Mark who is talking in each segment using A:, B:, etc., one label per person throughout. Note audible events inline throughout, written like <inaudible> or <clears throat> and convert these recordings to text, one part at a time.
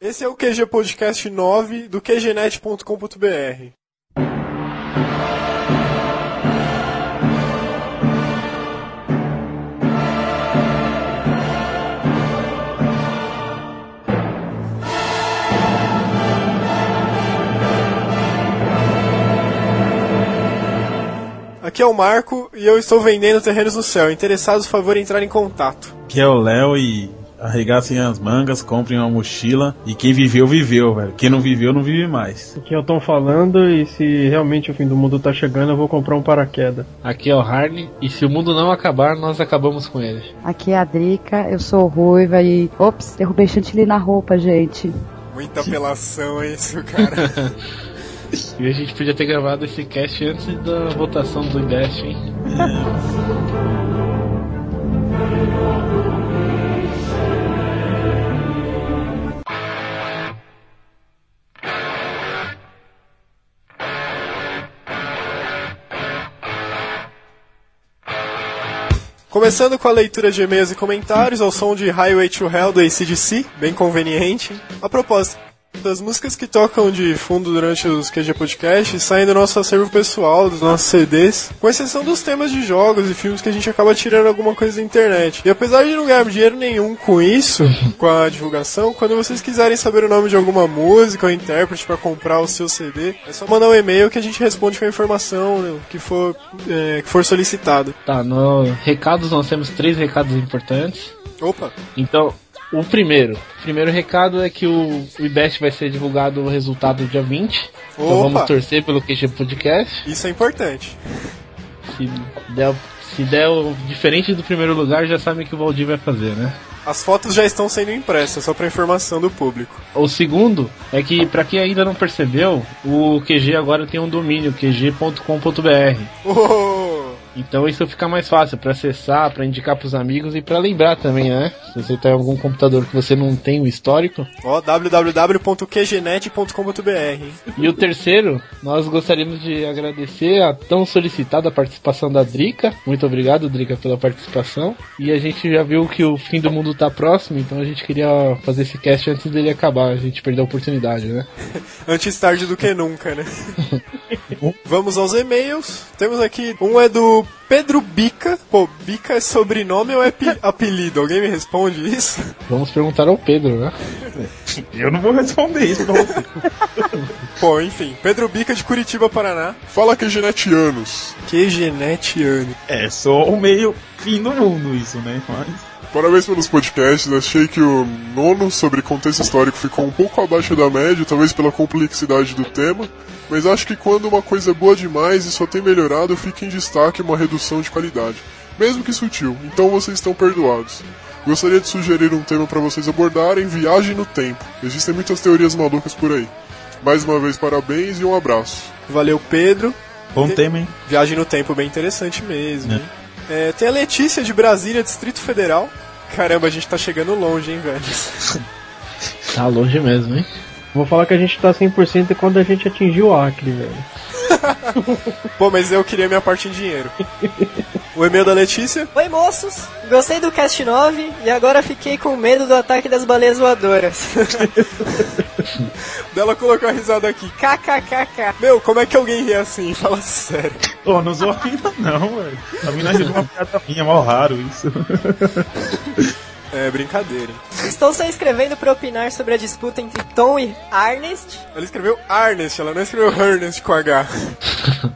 A: Esse é o QG Podcast 9 do QGNet.com.br. Aqui é o Marco e eu estou vendendo terrenos no céu. Interessados, por favor, entrar em contato.
B: Que é o Léo e arregassem as mangas, comprem uma mochila e quem viveu, viveu, velho. Quem não viveu, não vive mais.
C: O que eu tô falando e se realmente o fim do mundo tá chegando, eu vou comprar um paraquedas.
D: Aqui é o Harley, e se o mundo não acabar, nós acabamos com ele.
E: Aqui é a Drica, eu sou ruiva e. Ops, derrubei chantilly na roupa, gente.
A: Muita apelação é isso, cara.
D: E a gente podia ter gravado esse cast antes da votação do Dash, hein?
A: Começando com a leitura de e-mails e comentários ao som de Highway to Hell do ACDC, bem conveniente. A propósito, das músicas que tocam de fundo durante os QG Podcasts saem do nosso acervo pessoal, dos nossos CDs, com exceção dos temas de jogos e filmes que a gente acaba tirando alguma coisa da internet. E apesar de não ganhar dinheiro nenhum com isso, com a divulgação, quando vocês quiserem saber o nome de alguma música ou intérprete para comprar o seu CD, é só mandar um e-mail que a gente responde com a informação né, que, for, é, que for solicitada.
D: Tá, no recados nós temos três recados importantes.
A: Opa!
D: Então, o primeiro. O primeiro recado é que o, o IBEST vai ser divulgado o resultado dia 20. Então
A: Opa!
D: vamos torcer pelo QG Podcast.
A: Isso é importante.
D: Se der, se der o diferente do primeiro lugar, já sabem o que o Valdir vai fazer, né?
A: As fotos já estão sendo impressas, só para informação do público.
D: O segundo é que, pra quem ainda não percebeu, o QG agora tem um domínio, qg.com.br.
A: Uou!
D: Então isso fica mais fácil pra acessar, pra indicar pros amigos e pra lembrar também, né? Se você tá em algum computador que você não tem o histórico.
A: Ó, www.qgnet.com.br. hein?
D: E o terceiro, nós gostaríamos de agradecer a tão solicitada participação da Drica. Muito obrigado, Drica, pela participação. E a gente já viu que o fim do mundo tá próximo, então a gente queria fazer esse cast antes dele acabar. A gente perdeu a oportunidade, né?
A: Antes tarde do que nunca, né? Vamos aos e-mails. Temos aqui um é do Pedro Bica. Pô, Bica é sobrenome ou é api- apelido? Alguém me responde isso?
D: Vamos perguntar ao Pedro, né?
B: Eu não vou responder isso pra você.
A: Pô, enfim. Pedro Bica de Curitiba, Paraná.
F: Fala que é genetianos.
A: Que genetiano.
B: <laughs> É só o meio fim do mundo isso, né? Mas...
F: Parabéns pelos podcasts. Achei que o nono sobre contexto histórico ficou um pouco abaixo da média, talvez pela complexidade do tema. Mas acho que quando uma coisa é boa demais e só tem melhorado, fica em destaque uma redução de qualidade, mesmo que sutil. Então vocês estão perdoados. Gostaria de sugerir um tema para vocês abordarem: viagem no tempo. Existem muitas teorias malucas por aí. Mais uma vez, parabéns e um abraço.
A: Valeu, Pedro.
B: Bom tema, hein?
A: Viagem no tempo bem interessante mesmo. hein? É, tem a Letícia de Brasília, Distrito Federal. Caramba, a gente tá chegando longe, hein, velho?
D: Tá longe mesmo, hein?
C: Vou falar que a gente tá 100% quando a gente atingiu o Acre, velho.
A: Pô, mas eu queria minha parte em dinheiro. O e-mail da Letícia.
G: Oi moços, gostei do cast 9 e agora fiquei com medo do ataque das baleias voadoras. <laughs>
A: Dela colocou a risada aqui.
G: KKKK.
A: Meu, como é que alguém ri assim? <laughs> Fala sério.
B: Ô, não zoa a mina não, velho. A mina é uma piada minha, mal raro isso.
A: É brincadeira. hein?
G: Estou se inscrevendo para opinar sobre a disputa entre Tom e Arnest
A: Ela escreveu Arnest, ela não escreveu Ernest com H.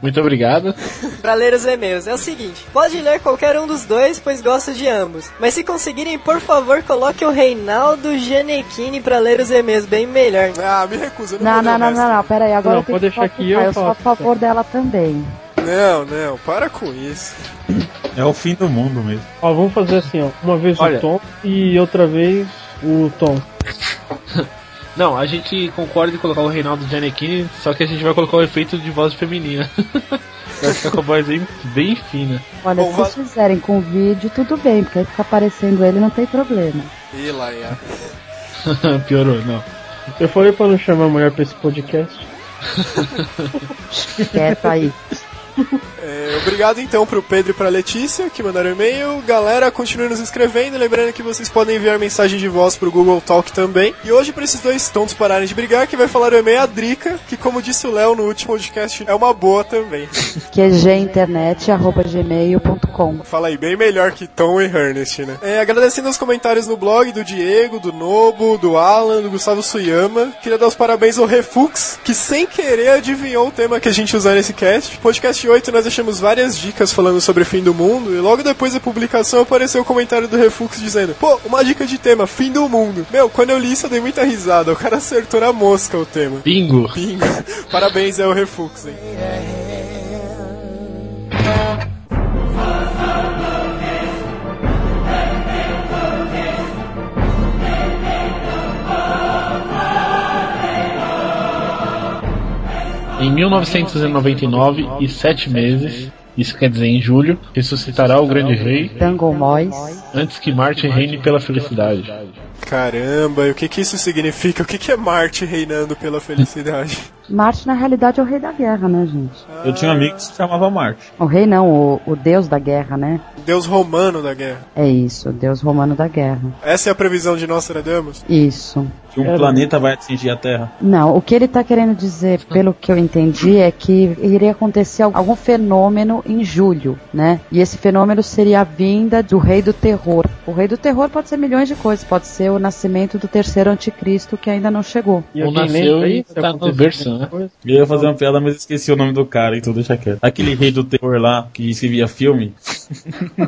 D: Muito obrigado.
G: para ler os e-mails. É o seguinte, pode ler qualquer um dos dois, pois gosto de ambos. Mas se conseguirem, por favor, coloque o Reinaldo Genequini para ler os e-mails, bem melhor.
A: Ah, me recusa, eu
E: Não,
A: não
E: não, não, não, não, pera aí, agora
C: Não,
E: eu tenho
C: pode deixar que eu
E: falsificar, sou a
C: faço,
E: favor dela também.
A: não. Não, não, para com isso.
B: É o fim do mundo mesmo.
C: Ó, vamos fazer assim, ó. Uma vez
D: Olha.
C: o Tom e outra vez o Tom.
D: Não, a gente concorda em colocar o Reinaldo Giannettini, só que a gente vai colocar o efeito de voz feminina. <laughs> Vai ficar é com a voz bem, bem fina. <laughs>
E: Olha,
A: Bom,
E: se
A: va-
E: vocês fizerem com vídeo, tudo bem, porque aí fica aparecendo ele, não tem problema.
A: Ih, lá, ia.
D: Piorou, não.
C: Eu falei pra não chamar a mulher pra esse podcast.
E: Quieta aí.
A: É, obrigado então pro Pedro e pra Letícia que mandaram um e-mail. Galera, continue nos escrevendo. Lembrando que vocês podem enviar mensagem de voz pro Google Talk também. E hoje, pra esses dois tontos pararem de brigar, quem vai falar o e-mail é a Drica, que, como disse o Léo no último podcast, é uma boa também.
E: Que é ginternet.gmail.com.
A: Fala aí, bem melhor que Tom e Ernest, né? É, agradecendo os comentários no blog do Diego, do Nobo, do Alan, do Gustavo Suyama. Queria dar os parabéns ao Refux, que sem querer adivinhou o tema que a gente usar nesse cast. Podcast 8 nós deixamos várias dicas falando sobre o fim do mundo, e logo depois da publicação apareceu o comentário do Refux dizendo: Pô, uma dica de tema, fim do mundo. Meu, quando eu li isso eu dei muita risada, o cara acertou na mosca o tema.
D: Bingo.
A: Bingo. <laughs> Parabéns, é o Refux, hein?
D: Em 1999 e sete meses, isso quer dizer em julho, ressuscitará o grande rei
E: Tango Mois.
D: antes que Marte reine pela felicidade.
A: Caramba, e o que, que isso significa? O que, que é Marte reinando pela felicidade?
E: Marte, na realidade, é o rei da guerra, né, gente?
B: Eu tinha um amigo que se chamava Marte.
E: O rei não, o, o deus da guerra, né?
A: Deus romano da guerra.
E: É isso, o deus romano da guerra.
A: Essa é a previsão de Nostradamus?
E: Isso.
B: Que um planeta vai atingir a Terra.
E: Não, o que ele tá querendo dizer, pelo que eu entendi, é que iria acontecer al- algum fenômeno em julho, né? E esse fenômeno seria a vinda do rei do terror. O rei do terror pode ser milhões de coisas, pode ser o nascimento do terceiro anticristo que ainda não chegou. <laughs>
C: E
D: Ou
C: alguém
D: Um nasceu
C: lembra
D: e
C: aí se
D: tá no
C: aconteceu
D: berço,
C: alguma
D: né?
C: coisa?
B: Eu ia fazer uma piada, mas esqueci o nome do cara, então deixa quieto. Aquele rei do terror lá, que escrevia filme.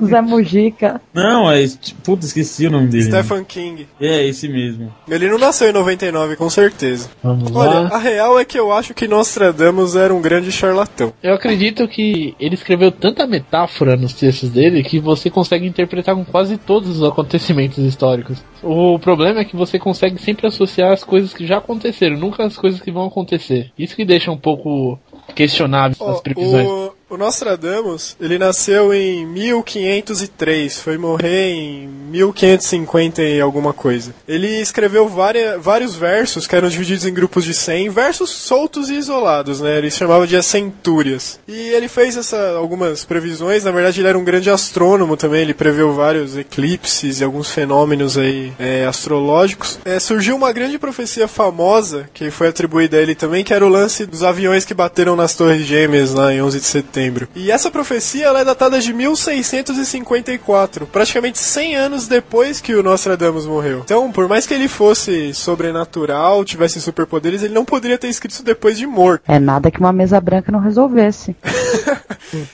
E: Zé Mujica.
B: Não, é... esse- Puta, esqueci o nome dele.
A: Stephen King.
B: É, esse mesmo.
A: Ele não nasceu em 99, com certeza.
D: Vamos
A: Olha,
D: lá.
A: a real é que eu acho que Nostradamus era um grande charlatão.
D: Eu acredito que ele escreveu tanta metáfora nos textos dele que você consegue interpretar com quase todos os acontecimentos históricos. O problema é que você consegue sempre associar as coisas que já aconteceram, nunca as coisas que vão acontecer. Isso que deixa um pouco questionável
A: Ó,
D: as previsões.
A: o, o Nostradamus, ele nasceu em 1503, foi morrer em 1550 e alguma coisa. Ele escreveu vária, vários versos que eram divididos em grupos de 100, versos soltos e isolados, né? Ele chamava de as centúrias. E ele fez essa, algumas previsões, na verdade ele era um grande astrônomo também, ele preveu vários eclipses e alguns fenômenos aí é, astrológicos. É, surgiu uma grande profecia famosa, que foi atribuída a ele também, que era o lance dos aviões que bateram nas Torres Gêmeas lá em 11 de setembro. E essa profecia ela é datada de 1654, praticamente 100 anos depois que o Nostradamus morreu. Então, por mais que ele fosse sobrenatural, tivesse superpoderes, ele não poderia ter escrito isso depois de morto.
E: É nada que uma mesa branca não resolvesse.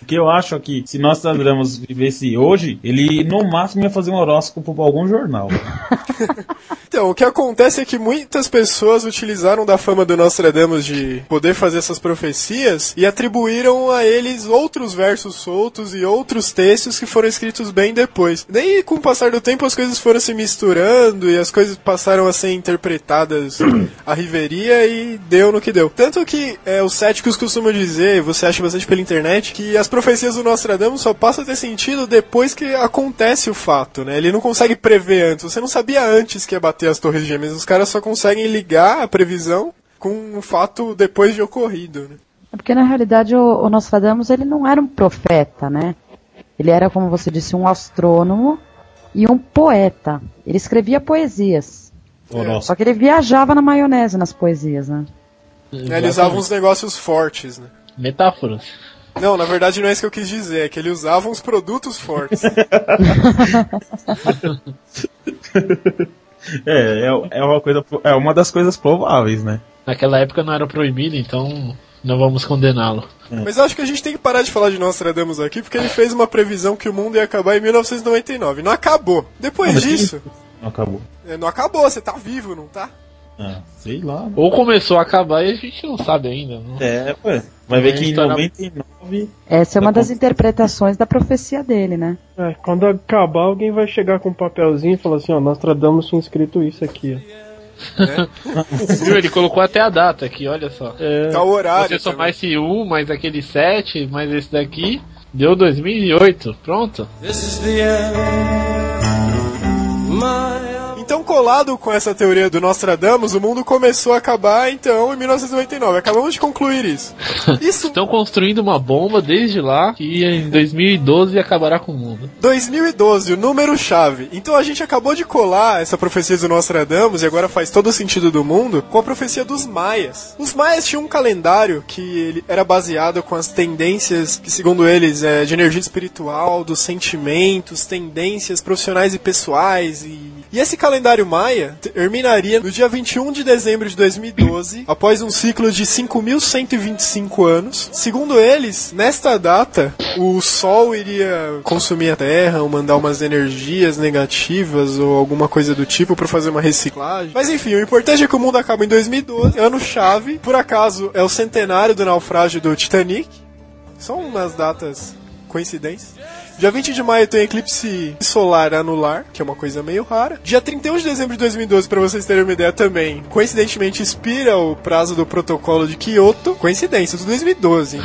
B: O que eu acho é que se Nostradamus vivesse hoje, ele no máximo ia fazer um horóscopo pra algum jornal.
E: É.
A: Então, o que acontece é que muitas pessoas utilizaram da fama do Nostradamus de poder fazer essas profecias e atribuíram a eles outros versos soltos e outros textos que foram escritos bem depois. Daí, com o passar do tempo, as coisas foram se misturando e as coisas passaram a ser interpretadas à riveria e deu no que deu. Tanto que é, os céticos costumam dizer, você acha bastante pela internet, que as profecias do Nostradamus só passam a ter sentido depois que acontece o fato, né? Ele não consegue prever antes. Você não sabia antes que ia bater as torres gêmeas. Os caras só conseguem ligar a previsão com o fato depois de ocorrido, né?
E: É porque na realidade o, o Nostradamus ele não era um profeta, né? Ele era, como você disse, um astrônomo e um poeta. Ele escrevia poesias.
B: Horóscopo.
E: Só que ele viajava na maionese nas poesias, né?
A: Ele usava uns negócios fortes, né?
D: Metáforas.
A: Não, na verdade não é isso que eu quis dizer, é que ele usava uns produtos fortes.
B: É, é, é uma coisa, é uma das coisas prováveis, né?
D: Naquela época não era proibido, então não vamos condená-lo.
A: Mas eu acho que a gente tem que parar de falar de Nostradamus aqui, porque ele fez uma previsão que o mundo ia acabar em 1999. Não acabou. Depois
B: Mas que
A: disso,
B: Não acabou.
A: é, não acabou, você tá vivo, não tá?
B: Ah, sei lá.
D: Ou começou a acabar e a gente não sabe ainda. não?
B: É, ué. Vai ver que em 99
E: Essa é uma
B: Tá
E: das interpretações da profecia dele, né?
C: É, quando acabar, alguém vai chegar com um papelzinho e falar assim, ó, Nostradamus tinha escrito isso aqui. ó.
D: Viu? Ele colocou até a data aqui, olha só.
C: É,
A: Tá o horário.
D: Você
A: também.
D: somar esse 1, mais aquele 7, mais esse daqui, deu 2008. Pronto.
A: Então, qual colado com essa teoria do Nostradamus, o mundo começou a acabar então em 1999. Acabamos de concluir isso. Isso
D: Estão construindo uma bomba desde lá que em 2012 acabará com o mundo.
A: 2012, o número chave. Então a gente acabou de colar essa profecia do Nostradamus e agora faz todo o sentido do mundo com a profecia dos maias. Os maias tinham um calendário que ele era baseado com as tendências que segundo eles é de energia espiritual, dos sentimentos, tendências profissionais e pessoais e e esse calendário maia terminaria no dia 21 de dezembro de 2012, após um ciclo de 5.125 anos. Segundo eles, nesta data, o Sol iria consumir a Terra ou mandar umas energias negativas ou alguma coisa do tipo para fazer uma reciclagem. Mas enfim, o importante é que o mundo acaba em 2012, ano-chave. Por acaso, é o centenário do naufrágio do Titanic. São umas datas coincidência. Dia 20 de maio tem eclipse solar anular, que é uma coisa meio rara. Dia 31 de dezembro de 2012, para vocês terem uma ideia também, coincidentemente expira o prazo do protocolo de Kyoto. Coincidência, de 2012.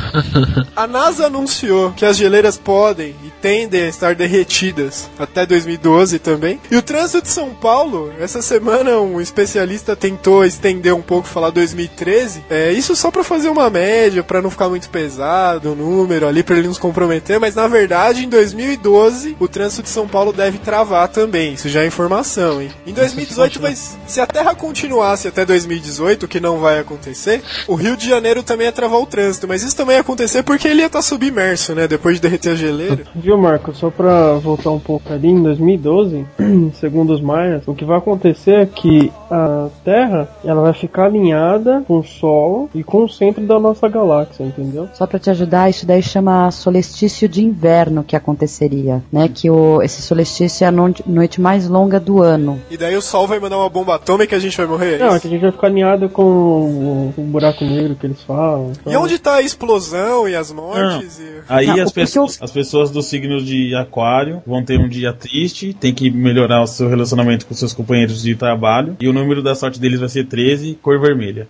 A: a NASA anunciou que as geleiras podem e tendem a estar derretidas até 2012 também. E o trânsito de São Paulo, essa semana um especialista tentou estender um pouco, falar 2013. É, isso só para fazer uma média, para não ficar muito pesado o número ali, para ele nos comprometer mas na verdade em 2012 o trânsito de São Paulo deve travar também. Isso já é informação, hein? Em 2018 vai. Se a Terra continuasse até 2018, o que não vai acontecer, o Rio de Janeiro também ia travar o trânsito, mas isso também ia acontecer porque ele ia estar submerso, né? Depois de derreter a geleira.
C: Viu, Marco? Só pra voltar um pouco ali, em 2012, <clears throat> segundo os maias, o que vai acontecer é que a Terra ela vai ficar alinhada com o Sol e com o centro da nossa galáxia, entendeu?
E: Só pra te ajudar, isso daí chama solestício de inverno que aconteceria, né? Que o, esse solestício é a non- noite mais longa do ano.
A: E daí o Sol vai mandar uma bomba atômica e a gente vai morrer. é
C: Não, é
A: isso?
C: que a gente vai ficar alinhado com o, com o buraco negro que eles falam. então-
A: E onde tá a explosão e as mortes? E...
B: Aí
E: Não,
B: as,
E: o que
B: pessoas, as pessoas do signo de aquário vão ter um dia triste, tem que melhorar o seu relacionamento com seus companheiros de trabalho, e o número da sorte deles vai ser 13, cor vermelha.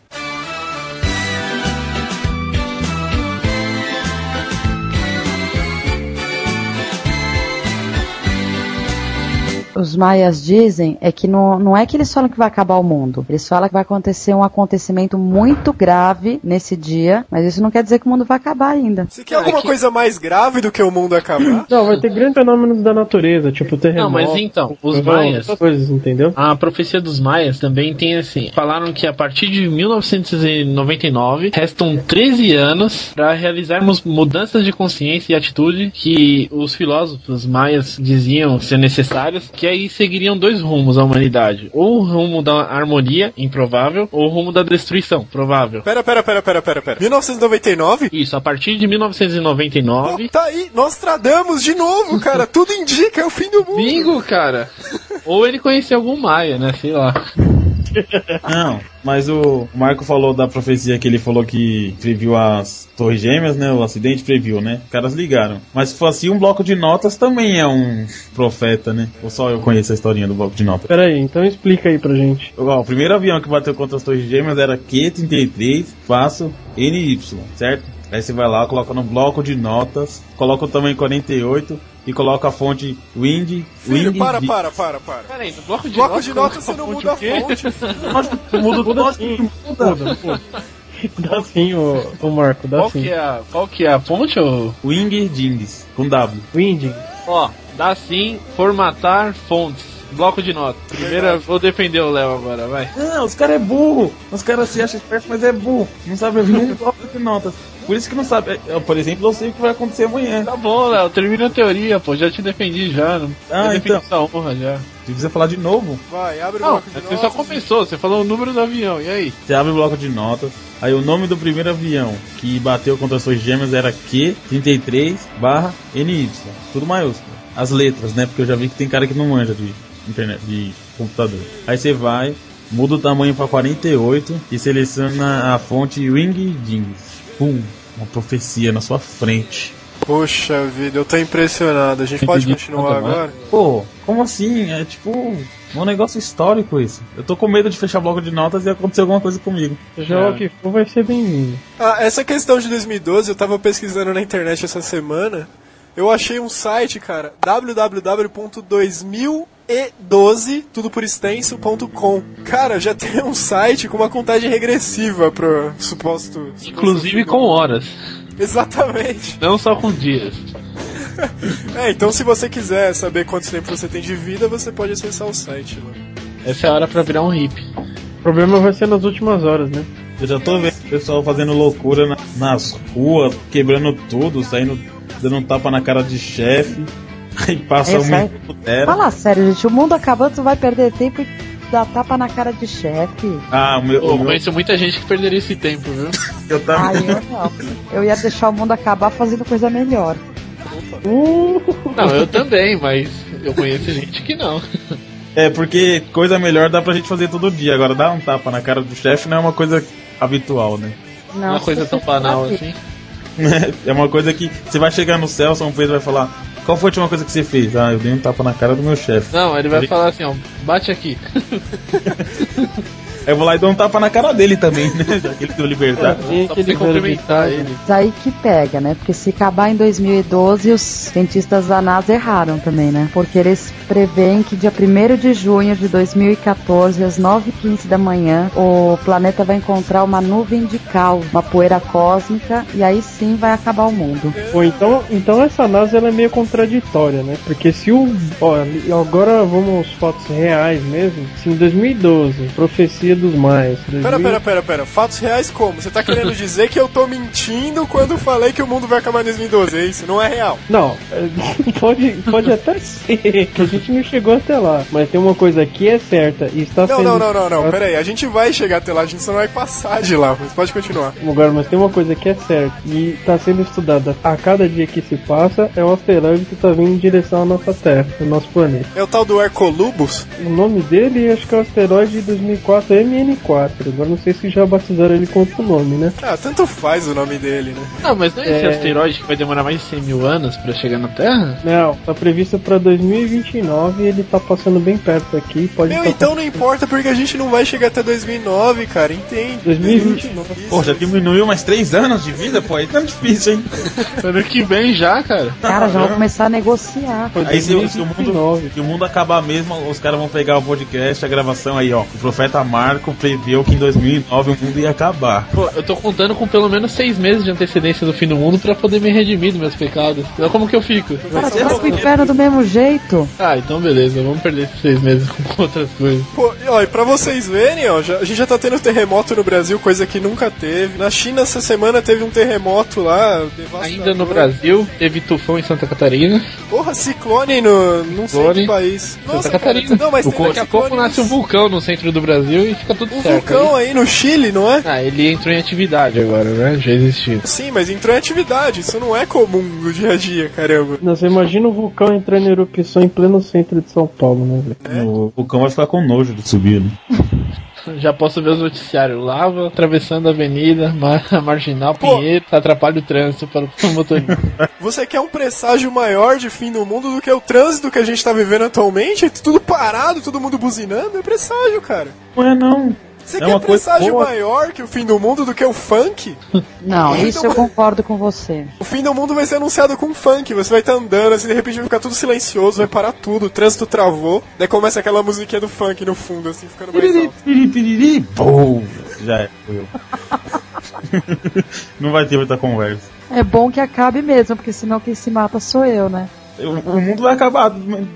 E: Os maias dizem é que não, não é que eles falam que vai acabar o mundo. Eles falam que vai acontecer um acontecimento muito grave nesse dia, mas isso não quer dizer que o mundo vai acabar ainda.
A: Se quer é alguma coisa mais grave do que o mundo
C: <clears throat>
A: acabar?
C: Não, vai ter grandes fenômenos da natureza, tipo terremoto.
D: Não, mas então, os
C: vulcão,
D: maias.
C: essas coisas, entendeu?
D: A profecia dos maias também tem assim: falaram que a partir de 1999 restam 13 anos para realizarmos mudanças de consciência e atitude que os filósofos maias diziam ser necessárias, que aí seguiriam dois rumos à humanidade: ou o rumo da harmonia, improvável, ou o rumo da destruição, provável.
A: Pera, pera, pera, pera, pera, pera. 1999?
D: Isso, a partir de
A: Ó,
D: 1999.
A: tá aí, nós tradamos de novo,
D: <laughs>
A: cara. Tudo indica, é o fim do mundo.
D: Bingo, cara! Ou ele conheceu algum Maia, né? Sei lá.
B: Não, mas o Marco falou da profecia que ele falou que previu as Torres Gêmeas, né? O acidente previu, né? Os caras ligaram. Mas se for assim, um bloco de notas também é um profeta, né? Ou só eu conheço a historinha do bloco de notas.
C: Pera aí, então explica aí pra gente.
B: Ó, o primeiro avião que bateu contra as Torres Gêmeas era Q33, faço NY, certo? Aí você vai lá, coloca no bloco de notas, coloca o tamanho 48 e coloca a fonte Wind.
A: Filho,
B: Wind
A: para, para, para, para.
D: Peraí, no bloco de
A: Bloco de notas você não muda a fonte.
B: Muda, muda,
C: Foda, foda. Dá sim, ô, ô Marco, dá
D: Qual
C: sim.
D: que, é a, qual que é a fonte, ô?
B: Wing Dings, com W.
C: Winding.
D: Ó, dá sim, formatar fontes. Bloco de notas. Primeira, vou defender o Léo agora, vai.
B: Não, os caras é burro. Os caras se acham espertos, mas é burro. Não sabe ouvir um bloco de notas. Por isso que não sabe. Eu, por exemplo, eu sei o que vai acontecer amanhã.
D: Tá bom, Léo, termina a teoria, pô. Já te defendi já. Não
B: Ah,
D: eu defendi
B: então.
D: essa honra já.
B: Se quiser falar de novo,
A: Vai, abre o
D: Não,
A: bloco de
D: você só
A: notas.
D: começou, você falou o número do avião, e aí?
B: você abre o bloco de notas. Aí o nome do primeiro avião que bateu contra as suas gêmeas era Q33 barra NY. Tudo maiúsculo. As letras, né? Porque eu já vi que tem cara que não manja de internet, de computador. Aí você vai, muda o tamanho pra 48 e seleciona a fonte Wing Dings. Pum, uma profecia na sua frente.
A: Poxa vida, eu tô impressionado. A gente pode
B: Entendi.
A: continuar agora?
B: Pô, como assim? É tipo um negócio histórico isso. Eu tô com medo de fechar bloco de notas e acontecer alguma coisa comigo.
C: Já o que for vai ser bem-vindo.
A: Ah, essa questão de 2012, eu tava pesquisando na internet essa semana. Eu achei um site, cara, www.2000 e12, tudo por extenso.com. Cara, já tem um site com uma contagem regressiva pro suposto.
D: Inclusive com horas,
A: Exatamente.
D: não só com dias.
A: É, então se você quiser saber quanto tempo você tem de vida, você pode acessar o site né? lá.
D: Essa é a hora pra virar um hippie.
C: O problema vai ser nas últimas horas, né?
B: Eu já tô vendo o pessoal fazendo loucura na- nas ruas, quebrando tudo, saindo, dando um tapa na cara de chefe. <laughs> Aí passa
E: É
B: o
E: isso aí.
B: mundo dela.
E: Fala sério, gente. O mundo acabando, tu vai perder tempo e dar tapa na cara de chefe.
B: Ah, o meu,
D: Pô,
B: o
D: eu
B: meu
D: conheço muita gente que perderia esse tempo, viu?
B: eu tava.
E: Ai, eu não. Eu ia deixar o mundo acabar fazendo coisa melhor.
D: <laughs> Não, eu também, mas eu conheço gente que não.
B: É, porque coisa melhor dá pra gente fazer todo dia. Agora, dar um tapa na cara do chefe não é uma coisa habitual, né?
E: Não,
D: Uma coisa
E: se
D: tão
E: você
D: banal
E: sabe-
D: assim.
B: É uma coisa que você vai chegar no céu, São Pedro vai falar: Qual foi a última coisa que você fez? Ah, eu dei um tapa na cara do meu chefe.
D: Não, ele vai falar assim, ó, bate aqui.
B: Aí eu vou lá e dou um tapa na cara dele também, né? <laughs> Já que ele deu liberdade.
C: Tem
D: Só pra você
C: aquele
D: cumprimentar
C: velho
D: ele.
E: Isso aí que pega, né? Porque se acabar em 2012, os cientistas da NASA erraram também, né? Porque eles preveem que dia 1 de junho de 2014, às 9h15 da manhã, o planeta vai encontrar uma nuvem de cal, uma poeira cósmica, e aí sim vai acabar o mundo.
C: Bom, então, então essa NASA ela é meio contraditória, né? Porque se o. Ó, e agora vamos aos fatos reais mesmo. Se em 2012, profecia dos mais.
A: Pera, pera, pera, pera. Fatos reais como? Você tá querendo dizer que eu tô mentindo quando falei que o mundo vai acabar em 2012, é isso? Não é real.
C: Não, é, <laughs> pode, pode até ser, que a gente não chegou até lá. Mas tem uma coisa que é certa e está
A: Não,
C: sendo.
A: não, não, não, não. Pera aí, a gente vai chegar até lá, a gente só não vai passar de lá, mas pode continuar.
C: Agora, mas tem uma coisa que é certa e está sendo estudada a cada dia que se passa é o asteroide que está vindo em direção à nossa Terra, ao nosso planeta.
A: É o tal do Arcolubus?
C: O nome dele acho que é o asteroide de 2004 MN4. Agora não sei se já batizaram ele com outro nome, né?
A: Ah, tanto faz o nome dele, né?
D: Não, mas não é esse
C: É.
D: asteroide que vai demorar mais de 100 mil anos pra chegar na Terra?
C: Não, tá previsto pra 2029 e ele tá passando bem perto aqui. Pode
A: Meu,
C: tá
A: então não importa porque a gente não vai chegar até 2009, cara, entende?
C: 2029.
A: Isso.
B: Pô, já diminuiu mais três anos de vida, pô. Aí tá difícil, hein?
D: Ano que vem já, cara.
E: Cara, já vão começar a negociar.
C: Foi
B: Aí se, o- se o mundo,
C: 2029.
B: se o mundo acabar mesmo, os caras vão pegar o podcast, a gravação aí, ó. O profeta Marco preveu que em 2009 o mundo ia acabar.
D: Pô, eu tô contando com pelo menos seis meses de antecedência do fim do mundo pra poder me redimir dos meus pecados. Então como que eu fico?
E: Cara, tu vai pro inferno do mesmo jeito.
D: Ah, então beleza, vamos perder esses seis meses com <laughs> outras coisas.
A: Pô, e, ó, e pra vocês verem, ó, já- a gente já tá tendo terremoto no Brasil, coisa que nunca teve. Na China essa semana teve um terremoto lá, devastador.
D: Ainda no Brasil, teve tufão em Santa Catarina.
A: Porra, ciclone no. não sei
D: Ciclone.
A: que país.
D: Santa
A: cara,
D: Catarina.
A: Não, mas
D: O
A: teve
D: co- daqui a
A: ciclone
D: pouco nasce um
A: no-
D: vulcão no centro do Brasil e fica tudo
A: Um
D: certo.
A: vulcão aí no Chile, não é?
D: Aí- Ah, ele entrou em atividade agora, né? Já existiu.
A: Sim, mas entrou em atividade, isso não é comum no dia a dia, caramba.
C: Não, você imagina o vulcão entrando em erupção em pleno centro de São Paulo, né, velho?
B: O vulcão vai ficar com nojo de subir, né?
D: Já posso ver os noticiários. Lava, atravessando a avenida, mar- <laughs> a marginal, Pinheiro, atrapalha o trânsito para o <laughs> motorista.
A: Você quer um presságio maior de fim do mundo do que o trânsito que a gente tá vivendo atualmente? Tudo parado, todo mundo buzinando, é presságio, cara.
B: Não é não.
A: Você
B: É
A: quer
B: uma
A: um
B: coisa
A: presságio
B: boa.
A: maior que o fim do mundo do que o funk?
E: Não, isso eu concordo com você.
A: O fim do mundo vai ser anunciado com funk. Você vai estar andando, assim, de repente vai ficar tudo silencioso, vai parar tudo, o trânsito travou. Daí começa aquela musiquinha do funk no fundo, assim, ficando mais
B: Piriri,
A: alto.
B: piriri, piriri, bom. Já é, foi. <laughs> Não vai ter muita conversa.
E: É bom que acabe mesmo, porque senão quem se mata sou eu, né?
B: O, o mundo vai acabar.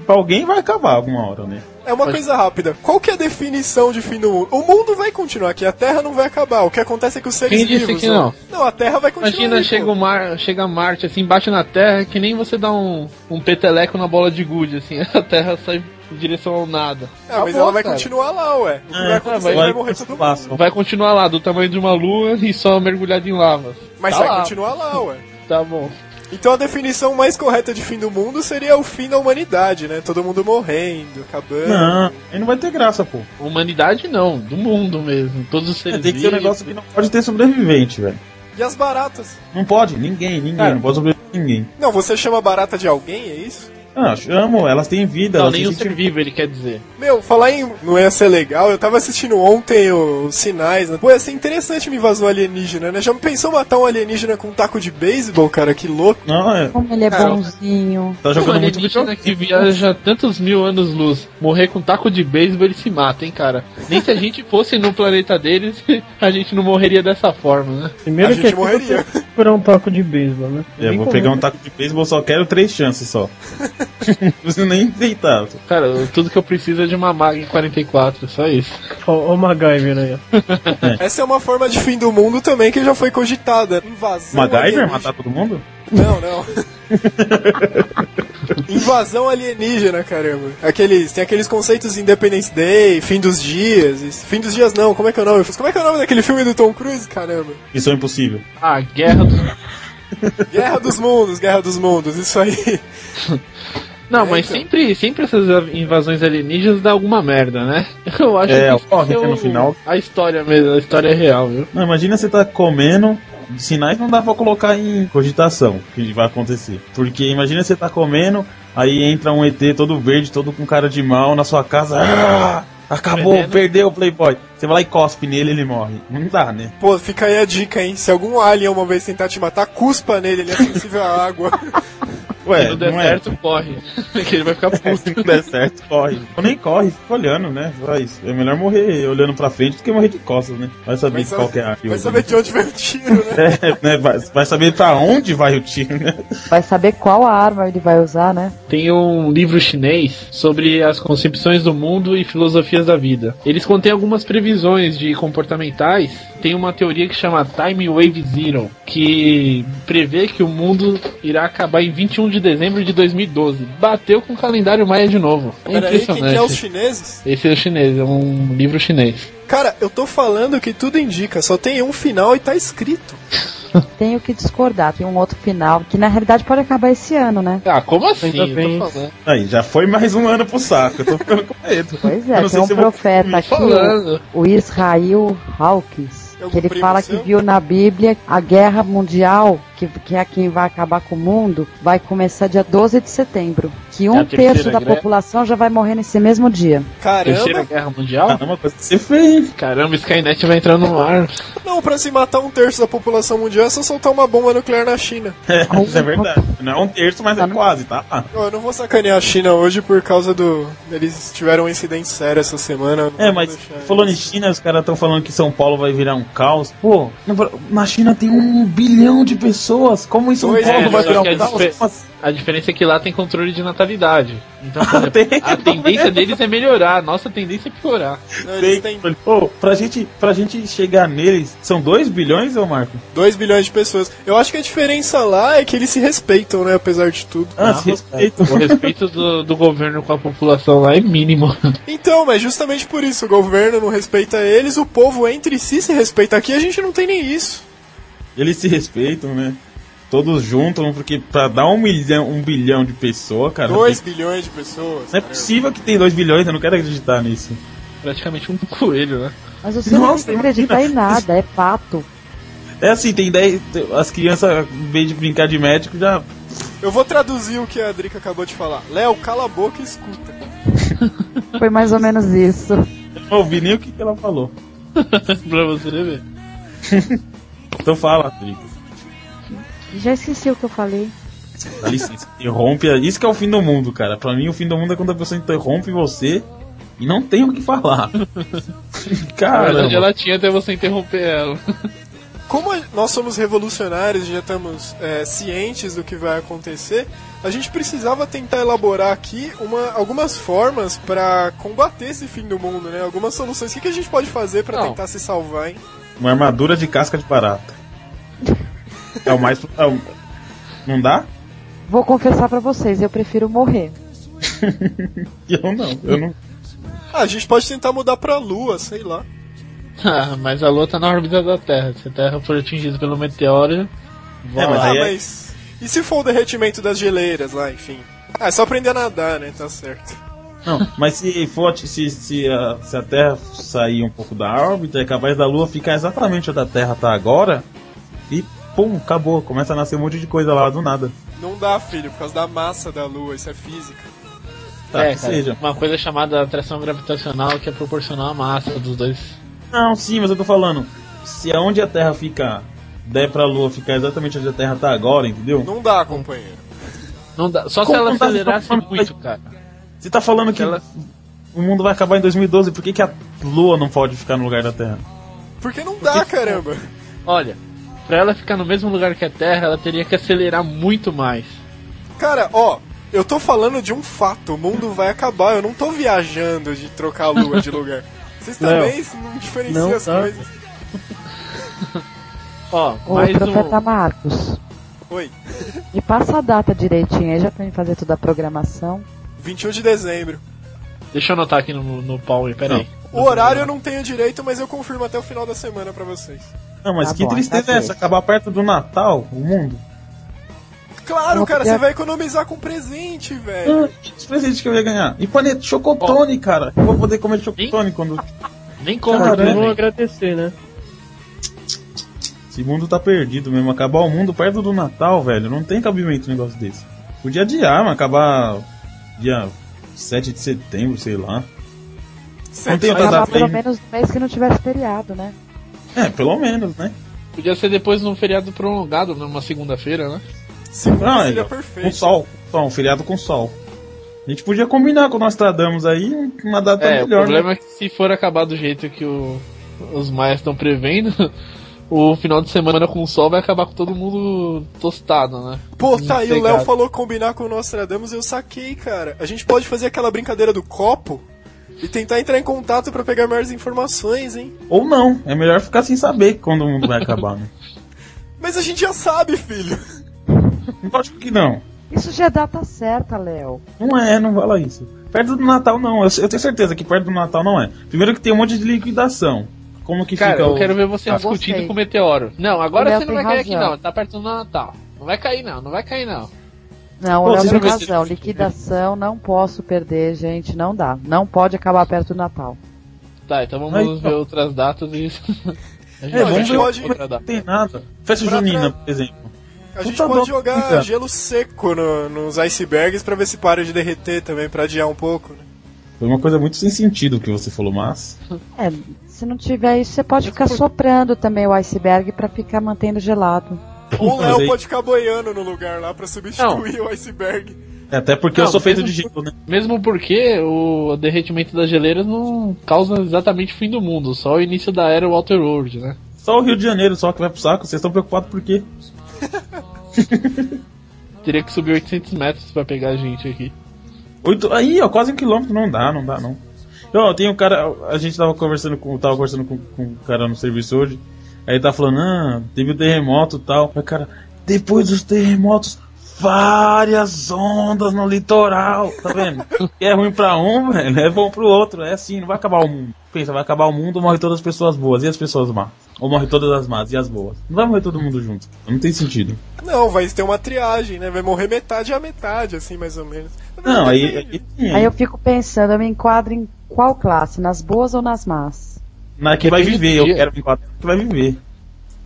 B: Pra alguém vai acabar alguma hora, né?
A: É uma coisa rápida. Qual que é a definição de fim do mundo? O mundo vai continuar aqui, a Terra não vai acabar. O que acontece é que os seres
D: Quem disse
A: vivos.
D: que
A: né?
D: não?
A: Não, a Terra vai continuar.
D: Imagina,
A: aí,
D: chega, um-
A: pô.
D: o mar, chega Marte, assim, bate na Terra, que nem você dá um, um peteleco na bola de gude, assim, <laughs> a Terra sai em direção ao nada.
A: Ah, mas
D: Acabou,
A: ela vai
D: cara.
A: continuar lá, ué. O que vai acontecer é que
B: vai,
A: vai,
B: vai
A: morrer
B: pro
A: todo mundo.
B: espaço.
D: Vai continuar lá, do tamanho de uma lua e só mergulhado em lava.
A: Mas
D: Tá
A: vai
D: lá.
A: continuar lá, ué.
D: Tá bom.
A: Então a definição mais correta de fim do mundo seria o fim da humanidade, né? Todo mundo morrendo, acabando.
B: Não, aí não vai ter graça, pô.
D: Humanidade não, do mundo mesmo. Todos os seres
B: Tem que ser um
D: vivos.
B: negócio que não pode ter sobrevivente, velho.
A: E as baratas?
B: Não pode, ninguém, ninguém, não pode sobreviver ninguém.
A: Não, você chama barata de alguém, é isso?
B: Ah, chamo, elas têm vida.
D: Não,
B: elas
D: nem
B: têm
D: o ser
B: senti-
D: vivo ele quer dizer.
A: Meu, falar em não ia ser legal, eu tava assistindo ontem o- os sinais. Né? Pô, ia ser interessante uma invasão alienígena, né? Já pensou matar um alienígena com um taco de beisebol, cara? Que louco.
B: Não, é,
E: Como ele é
D: Cara,
E: bonzinho.
B: tá jogando
D: Mano,
B: muito
D: alienígena
B: videogame.
D: que viaja tantos mil anos luz, morrer com taco de beisebol ele se mata, hein, cara. Nem se a gente fosse no planeta deles, <laughs> a gente não morreria dessa forma, né?
A: A
C: Primeiro que
A: gente
C: aqui você
A: morreria.
C: tem que procurar um taco de beisebol, né?
B: É, vou pegar um taco de beisebol, só quero três
A: <laughs>
B: chances só. Não preciso nem tentar.
D: Cara, eu- tudo que eu preciso é de uma Mag 44, só isso.
C: Ó, ó o MacGyver aí, ó.
A: Essa é uma forma de fim do mundo também que já foi cogitada. Invasão
B: MacGyver
A: alienígena.
B: matar todo mundo?
A: Não, não. <laughs> Invasão alienígena, caramba. Aqueles, tem aqueles conceitos Independence Day, fim dos dias. e- Fim dos dias não, como é que é o nome? Como é que é o nome daquele filme do Tom Cruise, caramba?
B: Missão é impossível.
D: Ah, guerra dos.
A: Guerra dos Mundos, Guerra dos Mundos, isso aí. <laughs>
D: Não,
B: É,
D: mas
A: então.
D: sempre, sempre essas invasões alienígenas dá alguma merda, né? <laughs> Eu acho
B: É,
D: que
B: ocorre
D: isso é
B: no final.
D: A história mesmo, a história é real, viu?
B: Não, imagina você tá comendo. Sinais não dá pra colocar em cogitação que vai acontecer. Porque imagina você tá comendo, aí entra um ET todo verde, todo com cara de mal na sua casa. Ah, acabou,
D: Veneno.
B: perdeu o Playboy. Você vai lá e cospe nele ele morre. Não dá, né?
A: Pô, fica aí a dica, hein? Se algum alien uma vez tentar te matar, cuspa nele, ele é sensível à água.
B: Ué,
D: Se não der certo, corre. <laughs> Porque ele vai ficar
B: É, <laughs> se
D: puto.
B: não der certo, corre. Ou nem corre, fica olhando, né? Vai, isso. é melhor morrer olhando pra frente do que morrer de costas, né? Vai
A: Vai
B: saber de qual que é a
A: saber, vai saber de onde vem o tiro, né?
B: É, né? <laughs> Vai, vai saber pra onde vai o tiro, né?
E: Vai saber qual a arma ele vai usar, né?
D: Tem um livro chinês sobre as concepções do mundo e filosofias da vida. Eles contêm algumas previsões de comportamentais. Tem uma teoria que chama Time Wave Zero, que prevê que o mundo irá acabar em 21 de dezembro de 2012. Bateu com o calendário maia de novo. É
A: Peraí, quem que é os
D: impressionante.
A: chineses?
D: Esse é o chinês, é um livro chinês.
A: Cara, eu tô falando que tudo indica, só tem um final e tá escrito.
E: Tenho que discordar. Tem um outro final que na realidade pode acabar esse ano, né?
D: Ah, como assim?
C: Ainda bem.
D: Eu tô falando.
B: Aí, já foi mais um ano pro saco. Eu tô ficando com medo.
E: Pois
B: Eu
E: é,
B: não
E: tem
B: sei
E: um
B: se eu vou
E: profeta aqui, o-
D: Falando.
E: o Israel Hawkins,
A: É algum
E: que ele
A: primo
E: fala
A: seu?
E: que viu na Bíblia a guerra mundial, que, que é quem vai acabar com o mundo, vai começar dia 12 de setembro.
B: É
E: Que um
D: a terceira
E: terço da
D: guerra.
E: população já vai morrer nesse mesmo dia.
D: Terceira
A: Caramba! Ah.
D: Guerra Mundial?
B: Caramba, É coisa que você fez.
D: Caramba, Skynet vai entrando no ar.
A: Não, pra se matar um terço da população mundial é só soltar uma bomba nuclear na China.
B: É, isso <laughs> é verdade. Não é um terço, mas é
E: Tá no-
B: quase, tá? lá.
A: Ó, Eu não vou sacanear a China hoje por causa do. Eles tiveram um incidente sério essa semana.
B: É, mas falando em China, os caras estão falando que São Paulo vai virar um caos. Pô, na China tem um bilhão de pessoas. Como em São
A: Dois
B: Paulo
A: bilhões,
B: vai virar
D: que é
B: um caos?
D: despe-
B: Como assim?
D: A diferença é que lá tem controle de natalidade. Então, por exemplo,
B: Tem,
D: <laughs> a
B: eu tô
D: tendência
B: vendo.
D: deles é melhorar, a nossa tendência é piorar.
A: Não, eles
B: Bem,
A: têm
B: Pô, pra gente, pra gente chegar neles, são 2 bilhões, ô Marco?
A: 2 bilhões de pessoas. Eu acho que a diferença lá é que eles se respeitam, né? Apesar de tudo.
B: Ah, se respeita.
D: O respeito do, do governo com a população lá é mínimo. <laughs>
A: Então, mas justamente por isso, o governo não respeita eles, o povo entre si se respeita. Aqui a gente não tem nem isso.
B: <laughs> Eles se respeitam, né? Todos juntam, porque pra dar um milhão, um bilhão de pessoas, cara.
A: 2 bilhões de pessoas.
B: Não é
A: caramba.
B: possível que tem 2 bilhões, eu não quero acreditar nisso.
D: Praticamente um coelho, né? <laughs>
E: Mas o senhor
B: Nossa,
E: não acredita em nada, é fato.
B: É assim, tem 10. As crianças, em vez de brincar de médico, já.
A: Eu vou traduzir o que a Drica acabou de falar. Léo, cala a boca e escuta.
E: Foi mais ou menos isso.
B: Não ouvi nem o que que ela falou.
D: pra você ver.
B: Então fala, Trico.
E: Já esqueci o que eu falei.
B: Dá licença. <laughs> Interrompe. a- Isso que é o fim do mundo, cara. Pra mim, o fim do mundo é quando a pessoa interrompe você e não tem o que
D: <laughs>
B: falar.
D: Na verdade,
B: Caramba.
D: ela tinha até você interromper ela.
A: Como a- nós somos revolucionários e já estamos é, cientes do que vai acontecer, a gente precisava tentar elaborar aqui uma- algumas formas pra combater esse fim do mundo, né? Algumas soluções. O que, que a gente pode fazer pra
D: Não.
A: tentar se salvar, hein?
B: Uma armadura de casca de barata. É o mais. é o- Não dá?
E: Vou confessar pra vocês, eu prefiro morrer.
B: Eu não. Eu não.
A: Ah, a gente pode tentar mudar pra lua, sei lá.
D: <laughs> Ah, mas a lua tá na órbita da Terra. Se a Terra for atingida pelo meteoro,
B: É, mas
A: ah,
B: aí é-
A: mas. E se for o derretimento das geleiras lá, enfim? Ah, é só aprender a nadar, né? Tá certo.
B: Não, mas se, for, se, se, a, se a Terra sair um pouco da órbita, é capaz da Lua ficar exatamente onde a Terra tá agora e pum, acabou. Começa a nascer um monte de coisa lá do nada.
A: Não dá, filho, por causa da massa da Lua, isso é física.
B: Tá,
D: é,
B: que
D: cara,
B: seja.
D: uma coisa chamada atração gravitacional que é proporcional à massa dos dois.
B: Não, sim, mas eu tô falando. Se aonde a Terra fica der pra Lua ficar exatamente onde a Terra tá agora, entendeu?
A: Não dá, companheiro.
D: Não dá, só
B: Como
D: se ela
B: não dá?
D: acelerasse
B: Não dá.
D: muito, cara.
B: Você tá falando que
D: Ela-
B: o mundo vai acabar em 2012, por que, que a Lua não pode ficar no lugar da Terra?
A: Porque não dá, caramba.
D: Olha, pra ela ficar no mesmo lugar que a Terra, ela teria que acelerar muito mais.
A: Cara, ó, eu tô falando de um fato, o mundo vai acabar, eu não tô viajando de trocar a Lua de lugar. Vocês também não, diferenciam
C: Não,
A: as
C: tá.
A: coisas.
D: Ó,
E: Ô,
D: mais
E: profeta
D: um.
E: Marcos,
A: Oi,
E: me passa a data direitinho aí, já pra mim fazer toda a programação.
A: 21 de dezembro.
D: Deixa eu anotar aqui no, no Power, peraí.
A: O horário eu não tenho direito, mas eu confirmo até o final da semana pra vocês.
B: Não, mas
E: Tá
B: que
E: bom,
B: tristeza
E: tá
B: é
E: certo.
B: essa? Acabar perto do Natal, o mundo?
A: Claro,
E: Não,
A: cara,
E: porque-
A: você vai economizar com presente, velho.
B: Ah, Que presente que eu ia ganhar? E planeta chocotone, cara. Eu vou poder comer chocotone quando.
D: Nem compra,
C: Cara, eu não
D: né?
C: agradecer, né? <laughs>
B: Esse mundo tá perdido mesmo. Acabar o mundo perto do Natal, velho. Não tem cabimento um negócio desse. Podia adiar, mas acabar dia 7 de setembro, sei lá.
A: Você
B: não tem outra
E: Acabar
B: data
E: pelo
B: aí.
E: menos no mês que não tivesse feriado, né?
B: É, pelo menos, né?
D: Podia ser depois num feriado prolongado, numa segunda-feira, né?
A: Segunda
B: Ah,
A: seria
B: é. Com
A: perfeito.
B: sol. Sol, um feriado com sol. A gente podia combinar com o Nostradamus aí uma data
D: é,
B: Tá melhor. né?
D: o problema é que se for acabar do jeito que o- os maias estão prevendo, <laughs> o final de semana com o sol vai acabar com todo mundo tostado, né?
A: Pô, tá aí, o Léo
D: Obrigado.
A: falou combinar com o Nostradamus, eu saquei, cara. A gente pode fazer aquela brincadeira do copo e tentar entrar em contato pra pegar mais informações, hein?
B: né? Ou não. É melhor ficar sem saber quando o mundo vai acabar, né? <laughs>
A: Mas a gente já sabe, filho.
B: Lógico que não.
E: Isso já é data certa, Léo.
B: Não é, não fala isso. Perto do Natal não, eu, eu tenho certeza que perto do Natal não é. Primeiro que tem um monte de liquidação. Como que
D: Cara,
B: fica
D: Então eu
B: o...
D: quero ver você
B: Ah,
D: discutindo
E: gostei.
D: com o meteoro. Não,
E: O
D: agora
E: Léo
D: você não vai
E: tem
D: cair aqui
E: razão.
D: não, tá perto do Natal. Não vai cair não, não vai cair não.
E: Não,
B: Pô,
E: Léo
B: vocês
E: tem
B: não precisam-
E: razão. Liquidação, não posso perder, gente. Não dá. Não pode acabar perto do Natal.
D: Tá, então vamos
B: Aí, então.
D: ver outras datas e... <laughs> A gente
B: É,
D: vai
B: vamos
A: pode-
B: ver
D: ver
B: como é
D: outra
B: que não
D: data.
B: tem nada. Festa
A: Pra-
B: junina,
A: pra-
B: por exemplo.
A: A gente
B: Puta
A: pode
B: dó,
A: jogar
B: cara.
A: gelo seco no- nos icebergs pra ver se para de derreter também, pra adiar um pouco, né?
B: Foi uma coisa muito sem sentido o que você falou, mas...
E: É, se não tiver isso, você pode ficar soprando também o iceberg pra ficar mantendo gelado.
A: Ou o
B: <laughs> Mas
A: Léo
B: aí-
A: pode ficar boiando no lugar lá pra substituir o iceberg.
B: É, Até porque eu
D: Não,
B: sou feito
D: mesmo
B: de gelo, né?
D: Mesmo porque o derretimento das geleiras não causa exatamente o fim do mundo, só o início da era Walter World, né?
B: Só o Rio de Janeiro, só que vai pro saco. Vocês estão preocupados por quê?
D: Teria que subir 800 metros pra pegar a gente aqui.
B: Oito... Aí, ó, quase um quilômetro. Não dá, não dá, não. Então, tem um cara... A gente tava conversando com, tava conversando com, com um cara no serviço hoje. Aí ele tá falando, ah, teve o terremoto e tal. Aí, cara, depois dos terremotos, várias ondas no litoral. Tá
E: <laughs>
B: vendo? O que é ruim pra um, velho, é bom pro outro. É assim, não vai acabar o mundo. Pensa, vai acabar o mundo, morre todas as pessoas boas e as pessoas más. Ou morre todas as más e as boas. Não vai morrer todo mundo junto. Não tem sentido.
A: Não, vai ter uma triagem, né? Vai morrer metade a metade, assim, mais ou menos.
B: Não, aí.
A: Depende.
B: aí, sim,
E: Aí eu fico pensando, eu me enquadro em qual classe? Nas boas ou nas más?
B: Na que vai
D: Depende do
B: viver, eu
D: dia.
B: quero me enquadrar que vai viver.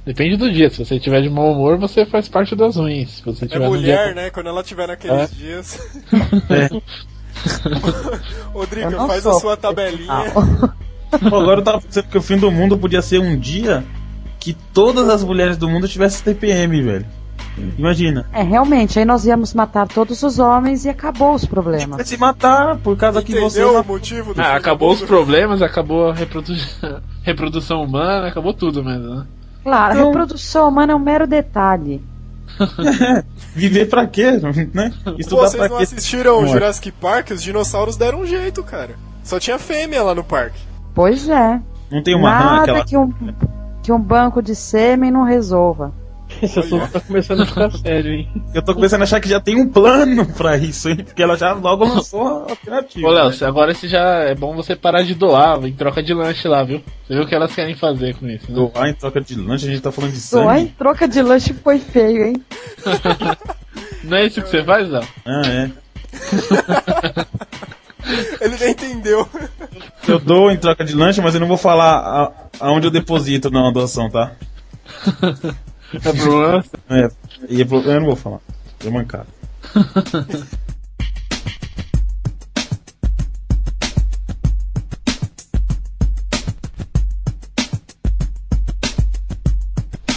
D: Depende do dia, se você tiver de mau humor, você faz parte das ruins. Se você
A: É
D: tiver num dia
A: mulher, né? Quando ela tiver naqueles dias.
E: Eu
A: <laughs> Rodrigo,
E: não
A: faz a
E: sou Ah,
A: sua tabelinha.
B: Pô, Agora eu tava pensando que o fim do mundo podia ser um dia que todas as mulheres do mundo tivessem TPM, velho. Imagina.
E: É, realmente, aí nós íamos matar todos os homens e acabou os
B: Tipo, Vai
A: <laughs>
E: problemas.
B: se matar por causa que você.
A: Entendeu o motivo do
D: Ah,
A: fim
D: acabou
A: do
D: os
A: mundo?
D: problemas, acabou a reprodu... <laughs> reprodução humana, acabou tudo mesmo, né?
E: Claro, a
B: Então-
E: reprodução humana é um mero detalhe.
B: Viver pra quê? <laughs> Né?
A: Pô,
B: Estudar
A: vocês
B: pra
A: não
B: quê?
A: assistiram
B: Não é.
A: Jurassic Park? Os dinossauros deram um jeito, cara. Só tinha fêmea lá no parque.
E: Pois é.
B: Não tem uma rã,
E: Nada
B: aquela.
E: que, um, que um banco de sêmen não resolva.
C: Esse assunto tá começando a ficar sério, hein?
B: Eu tô começando a achar que já tem um plano <laughs> pra isso, hein? Porque ela já logo lançou a alternativa.
D: Ô, Léo,
B: né?
D: cê- agora você já é bom você parar de doar em troca de lanche lá, viu? Você viu o que elas querem fazer com isso, né?
B: Doar em troca de lanche, a gente tá falando de
E: Doar em
B: sangue.
E: troca de lanche foi feio, hein?
D: Não é isso que você faz,
E: <laughs>
D: Léo?
B: Ah, é.
A: Ele já entendeu.
B: Eu dou em troca de lanche, mas eu não vou falar a- aonde eu deposito na doação, tá?
D: É problema?
B: É, e eu eu não vou falar. Deu mancada.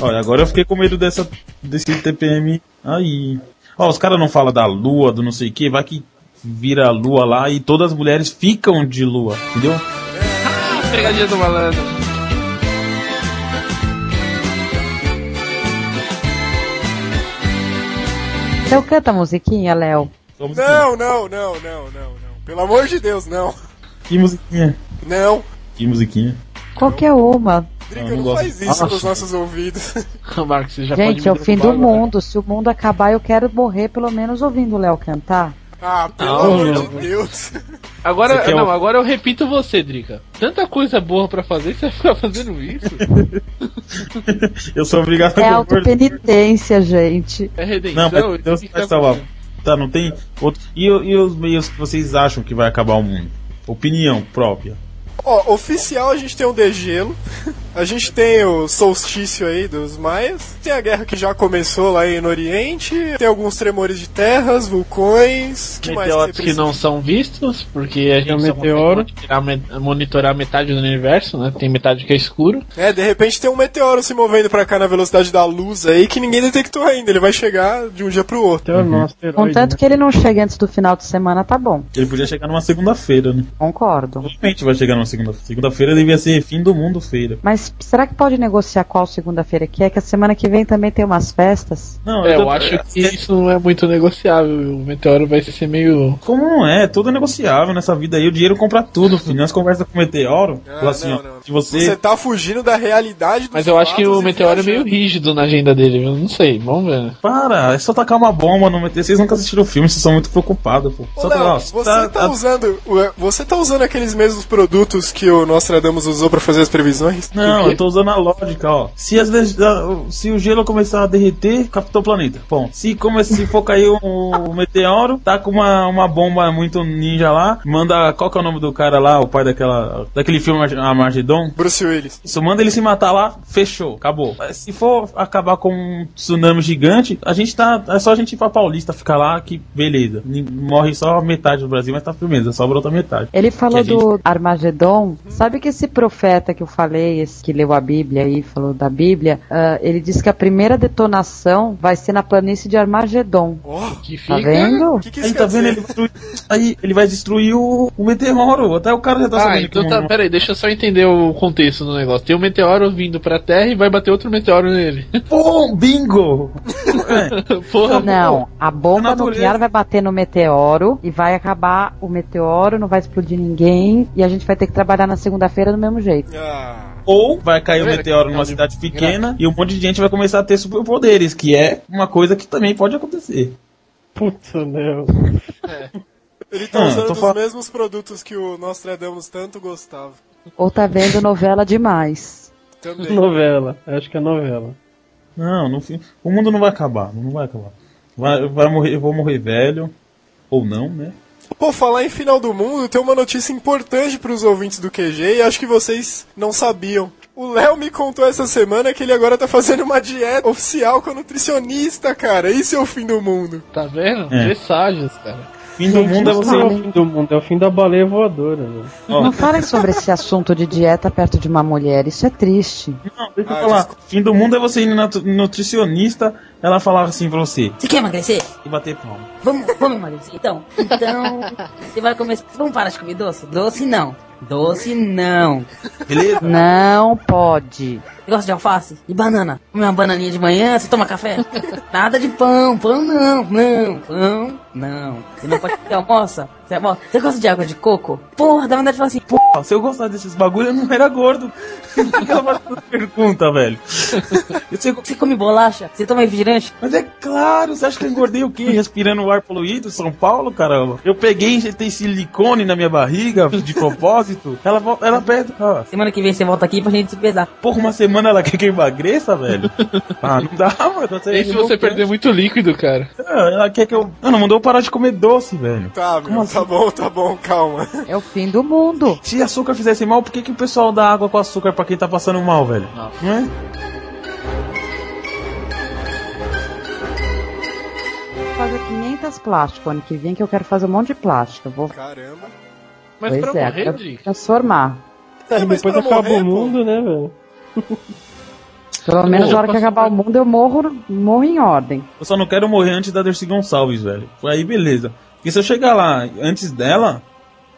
B: Olha, agora eu fiquei com medo dessa, desse TPM aí. Ó, os caras não falam da lua, do não sei o que, vai que vira a lua lá e todas as mulheres ficam de lua, entendeu?
D: Pegadinha do malandro.
E: Então canta a musiquinha, Léo.
B: Só musiquinha.
A: Não, não, não, não, não, não. Pelo amor de Deus, não.
B: Que musiquinha?
A: Não.
B: Que musiquinha?
E: Qualquer uma.
A: Drica,
B: Não, não
A: não,
B: gosto.
A: faz isso
B: Ah.
A: nos nossos ouvidos.
D: Marcos, você já pode
E: Gente,
D: me
E: é o fim do
D: derrubar agora.
E: mundo. Se o mundo acabar, eu quero morrer pelo menos ouvindo o Léo cantar.
A: Ah, pelo
D: Não,
A: amor
D: não,
A: de Deus.
D: Agora,
B: Você quer
D: não,
B: um-
D: agora eu repito você, Drica. Tanta coisa boa pra fazer, <laughs> você vai ficar fazendo isso.
B: Eu sou obrigado
E: É
B: concordar.
E: autopenitência, gente.
D: É
B: Não,
D: redenção.
A: Então,
B: mas Deus
D: isso que
B: vai
D: tá
B: salvar.
D: acontecendo.
B: Tá, não tem outro. E, o- e os meios que vocês acham que vai acabar o mundo? Opinião própria.
A: Ó, oficial a gente tem o degelo. A gente tem o solstício aí dos maias. Tem a guerra que já começou lá aí no Oriente. Tem alguns tremores de terras, vulcões. Que mais
D: Meteoros
A: você
D: que
A: precisa?
D: não são vistos, porque a gente
C: um
D: só
C: meteoro.
D: consegue monitorar, me- monitorar metade do universo, né? Tem metade que é escuro.
A: É, de repente tem um meteoro se movendo pra cá na velocidade da luz aí que ninguém detectou ainda. Ele vai chegar de um dia pro outro.
C: Então,
B: Uhum.
C: um asteroide,
E: Contanto
C: né?
E: que ele não chegue antes do final de semana, tá bom.
B: Ele podia chegar numa segunda-feira, né?
E: Concordo.
B: Provavelmente vai chegar numa segunda-feira. Segunda-feira devia ser fim do mundo feira.
E: Mas será que pode negociar qual segunda-feira que é? Que a semana que vem também tem umas festas.
B: Não,
D: É,
B: tô-
D: eu acho que isso não é muito negociável. O meteoro vai ser meio.
B: Como não é? Tudo é negociável nessa vida aí. O dinheiro compra tudo, filho. Nós conversa com o meteoro.
A: Ah,
B: fala assim,
A: não,
B: ó.
A: não.
B: Se você.
A: Você tá fugindo da realidade dos
D: Mas eu acho que
A: fatos
D: o
A: e
D: meteoro é meio
A: viajando.
D: rígido na agenda dele, viu? Não sei, vamos ver. né?
B: Para, é só tacar uma bomba no meteoro. Vocês nunca assistiram o filme, vocês são muito preocupados, pô.
A: Ô,
B: Só
A: Léo,
B: ó,
A: você tá, usando. ué, Você tá usando aqueles mesmos produtos que o Nostradamus usou pra fazer as previsões?
B: Não,
D: quê?
B: eu tô usando a lógica, ó. Se, as vezes, ah, se o gelo começar a derreter, captou o planeta. Bom, se, come, se for cair um, um meteoro, tá com uma, uma bomba muito ninja lá, manda. Qual que é o nome do cara lá, o pai daquela. daquele filme Arge- Armagedon?
A: Bruce Willis.
B: Isso, manda ele se matar lá, fechou, acabou. Mas Se for acabar com um tsunami gigante, a gente tá. É só a gente ir pra Paulista ficar lá, que beleza. Nin- Morre só metade do Brasil, mas tá firmeza, sobra outra metade.
E: Ele falou
B: Que a
E: do Armagedon. Sabe que esse profeta que eu falei, esse que leu a Bíblia aí, falou da Bíblia, ah, ele disse que a primeira detonação vai ser na planície de Armagedon.
A: Ó,
D: Que fica.
E: Tá vendo?
A: o que, que
B: Aí
A: isso
B: tá
A: quer
B: vendo? Ele
A: dizer?
B: destrui- aí ele vai destruir o, o meteoro. Até o cara já tá
D: Ah,
B: sabendo que
D: então
B: o
D: tá.
B: mundo-
D: Pera aí, deixa eu só entender o contexto do negócio. Tem um meteoro vindo pra Terra e vai bater outro meteoro nele.
B: Pô,
D: <laughs>
B: bingo!
D: Porra,
E: Não, a
B: A
E: bomba
B: natureza.
E: nuclear vai bater no meteoro e vai acabar o meteoro, não vai explodir ninguém e a gente vai ter que trabalhar na segunda-feira do mesmo jeito.
A: Ah,
B: Ou vai cair um
D: Pera,
B: meteoro
D: que
B: numa
D: tá de-
B: cidade pequena e um monte de gente vai começar a ter superpoderes, que é uma coisa que também pode acontecer.
C: Puta, Léo.
A: ele tá
B: Ah,
A: usando
B: tô
A: os
B: fal-
A: mesmos produtos que o Nostradamus tanto gostava.
E: Ou tá vendo novela demais.
A: Também.
C: Novela. Acho que é novela.
B: Não, no fim, o mundo não vai acabar, não vai acabar. Vai, vai morrer, eu vou morrer velho, ou não, né?
A: Pô, falar em final do mundo, tem uma notícia importante pros ouvintes do QG e acho que vocês não sabiam. O Léo me contou essa semana que ele agora tá fazendo uma dieta oficial com a nutricionista, cara. Isso é o fim do mundo.
D: Tá vendo?
B: É.
D: Presságios, cara.
B: Fim do mundo é
C: Não
B: você.
C: é o fim do mundo, é o fim da baleia voadora, <laughs> né?
B: Ó,
E: Não falem sobre esse assunto de dieta perto de uma mulher, isso é triste.
B: não, deixa eu
A: Ah,
B: falar. Fim do mundo é você ir na tu- nutricionista, ela falar assim pra você
H: Você quer emagrecer?
B: e bater palma.
H: Vamos, vamos emagrecer. Então, então, você vai começar. Vamos parar de comer doce? Doce não. Doce não.
B: Beleza?
E: Não pode.
H: Você gosta de alface? E banana? Come uma bananinha de manhã, você toma café? Nada de pão, pão não, não, pão não. Você não pode você almoça? Você almoça? Você gosta de água de coco? Porra, dá vontade de falar assim, porra,
B: Ó, Se eu gostar desses bagulho, eu não era
D: <laughs>
B: gordo. Por que ela faz essa pergunta, velho? Eu sei-
H: você come bolacha? Você toma refrigerante?
B: mas é claro, você acha que eu engordei o quê? Respirando o ar poluído, São Paulo, caramba? Eu peguei e tem silicone na minha barriga, de propósito. Ela, vo- ela perde, ó,
H: Semana que vem você volta aqui pra gente se pesar.
B: Porra, uma semana ela quer que eu emagreça,
D: <laughs>
B: velho? Ah, não dá, mano.
D: E se você perder muito líquido, cara?
B: Ah, Ela quer que eu. Mano, mandou eu parar de comer doce, velho.
A: Tá, meu, tá
C: assim?
A: bom, tá bom, calma.
E: É o fim do mundo.
B: Se açúcar fizesse mal, por que, que o pessoal dá água com açúcar pra quem tá passando mal, velho?
D: Ah.
B: Né? Não, é?
E: fazer 500 plásticas ano que vem, que eu quero fazer um monte de plástica. Vou
A: Caramba.
D: Mas
E: pois
D: pra
E: é,
D: morrer,
E: quero
D: Dick,
E: transformar.
A: É, mas
C: Depois
A: pra
C: acaba
A: morrer,
C: o
A: pô,
C: mundo, né, velho?
E: Pelo menos na hora que
D: posso-
E: acabar o mundo eu morro, morro em ordem.
B: Eu só não quero morrer antes da Dercy Gonçalves, velho. Foi aí, beleza. Porque se eu chegar lá antes dela,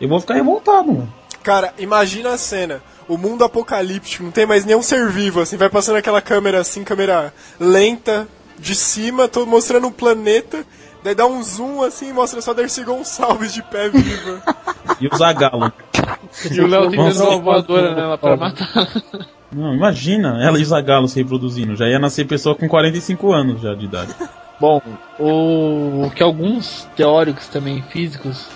B: eu vou ficar revoltado, mano.
A: Cara, imagina a cena. O mundo apocalíptico, não tem mais nenhum ser vivo, assim, vai passando aquela câmera assim, câmera lenta, de cima, tô mostrando um planeta, daí dá um zoom assim e mostra só Darcy Gonçalves de pé viva.
B: E o Zagalo. <laughs>
D: E o Léo tem que
B: Nossa,
D: dar uma voadora nela pra matar.
B: Não, imagina ela e o Zagalo se reproduzindo. Já ia nascer pessoa com 45 anos já de idade.
D: Bom, o que alguns teóricos também físicos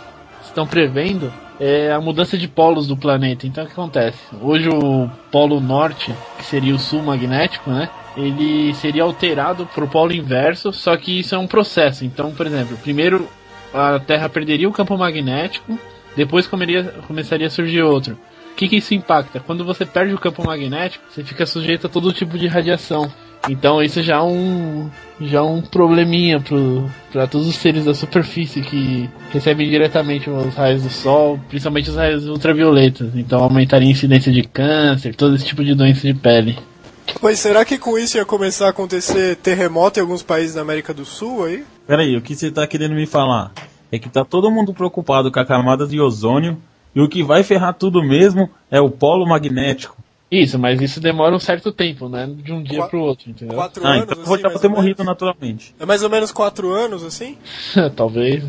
D: estão prevendo é a mudança de polos do planeta. Então o que acontece? Hoje o polo norte, que seria o sul magnético, né? Ele seria alterado pro polo inverso, só que isso é um processo. Então, por exemplo, primeiro a Terra perderia o campo magnético, depois comeria- começaria a surgir outro. O que, que isso impacta? Quando você perde o campo magnético, você fica sujeito a todo tipo de radiação. Então isso já é um, já é um probleminha pro, pra todos os seres da superfície que recebem diretamente os raios do sol, principalmente os raios ultravioletas. Então aumentaria a incidência de câncer, todo esse tipo de doença de pele.
A: Pois será que com isso ia começar a acontecer terremoto em alguns países da América do Sul aí?
B: Pera aí, o que você tá querendo me falar? É que tá todo mundo preocupado com a camada de ozônio. E o que vai ferrar tudo mesmo é o polo magnético.
D: Isso, mas isso demora um certo tempo, né? De um dia
A: Qua-
D: pro outro, entendeu?
A: Quatro
B: Ah,
A: anos,
B: então eu vou
A: assim,
B: já
A: mais
B: ter
A: ou menos?
B: morrido naturalmente.
A: É mais ou menos quatro anos, assim?
D: <laughs> Talvez.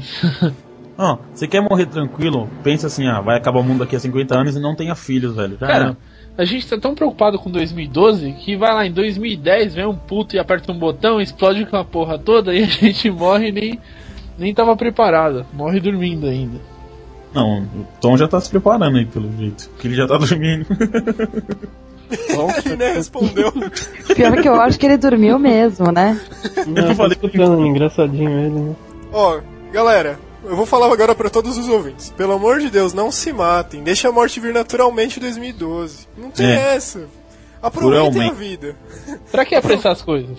B: Ó, você quer morrer tranquilo? Pensa assim, ah, vai acabar o mundo daqui a 50 anos e não tenha filhos, velho. Já
D: Cara,
B: era.
D: a gente tá tão preocupado com 2012 que vai lá em 2010, vem um puto e aperta um botão, explode com a porra toda e a <laughs> gente morre e nem, nem tava preparado. Morre dormindo ainda.
B: Não, o Tom já tá se preparando aí, pelo jeito. Porque ele já tá <laughs> dormindo.
D: Bom,
A: <laughs> Ele nem respondeu.
E: Pior que eu acho que ele dormiu mesmo, né?
C: Não,
B: falei
C: eu falei escutando, engraçadinho ele, né?
A: Ó, galera, eu vou falar agora pra todos os ouvintes. Pelo amor de Deus, não se matem. Deixa a morte vir naturalmente em 2012. Não tem
B: É.
A: essa. Aproveitem a
B: Naturalmente.
A: vida.
D: pra que apressar as coisas?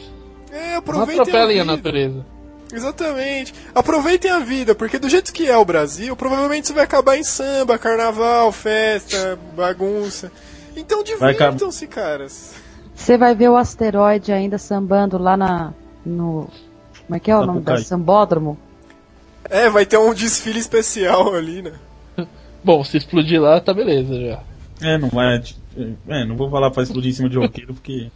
A: É,
D: Não
A: aproveitem a
D: atropelem
A: vida.
D: a natureza.
A: Exatamente. Aproveitem a vida, porque do jeito que é o Brasil, provavelmente isso vai acabar em samba, carnaval, festa, bagunça. Então
B: Vai acabar.
A: divirtam-se, caras.
E: Você vai ver o asteroide ainda sambando lá na. no. Como é que é o nome da?
B: Sapucaí.
E: Sambódromo?
A: É, vai ter um desfile especial ali, né?
D: Bom, se explodir lá, tá beleza já.
B: É, não vai. É, não vou falar pra explodir em cima de um roqueiro,
D: <laughs>
B: porque.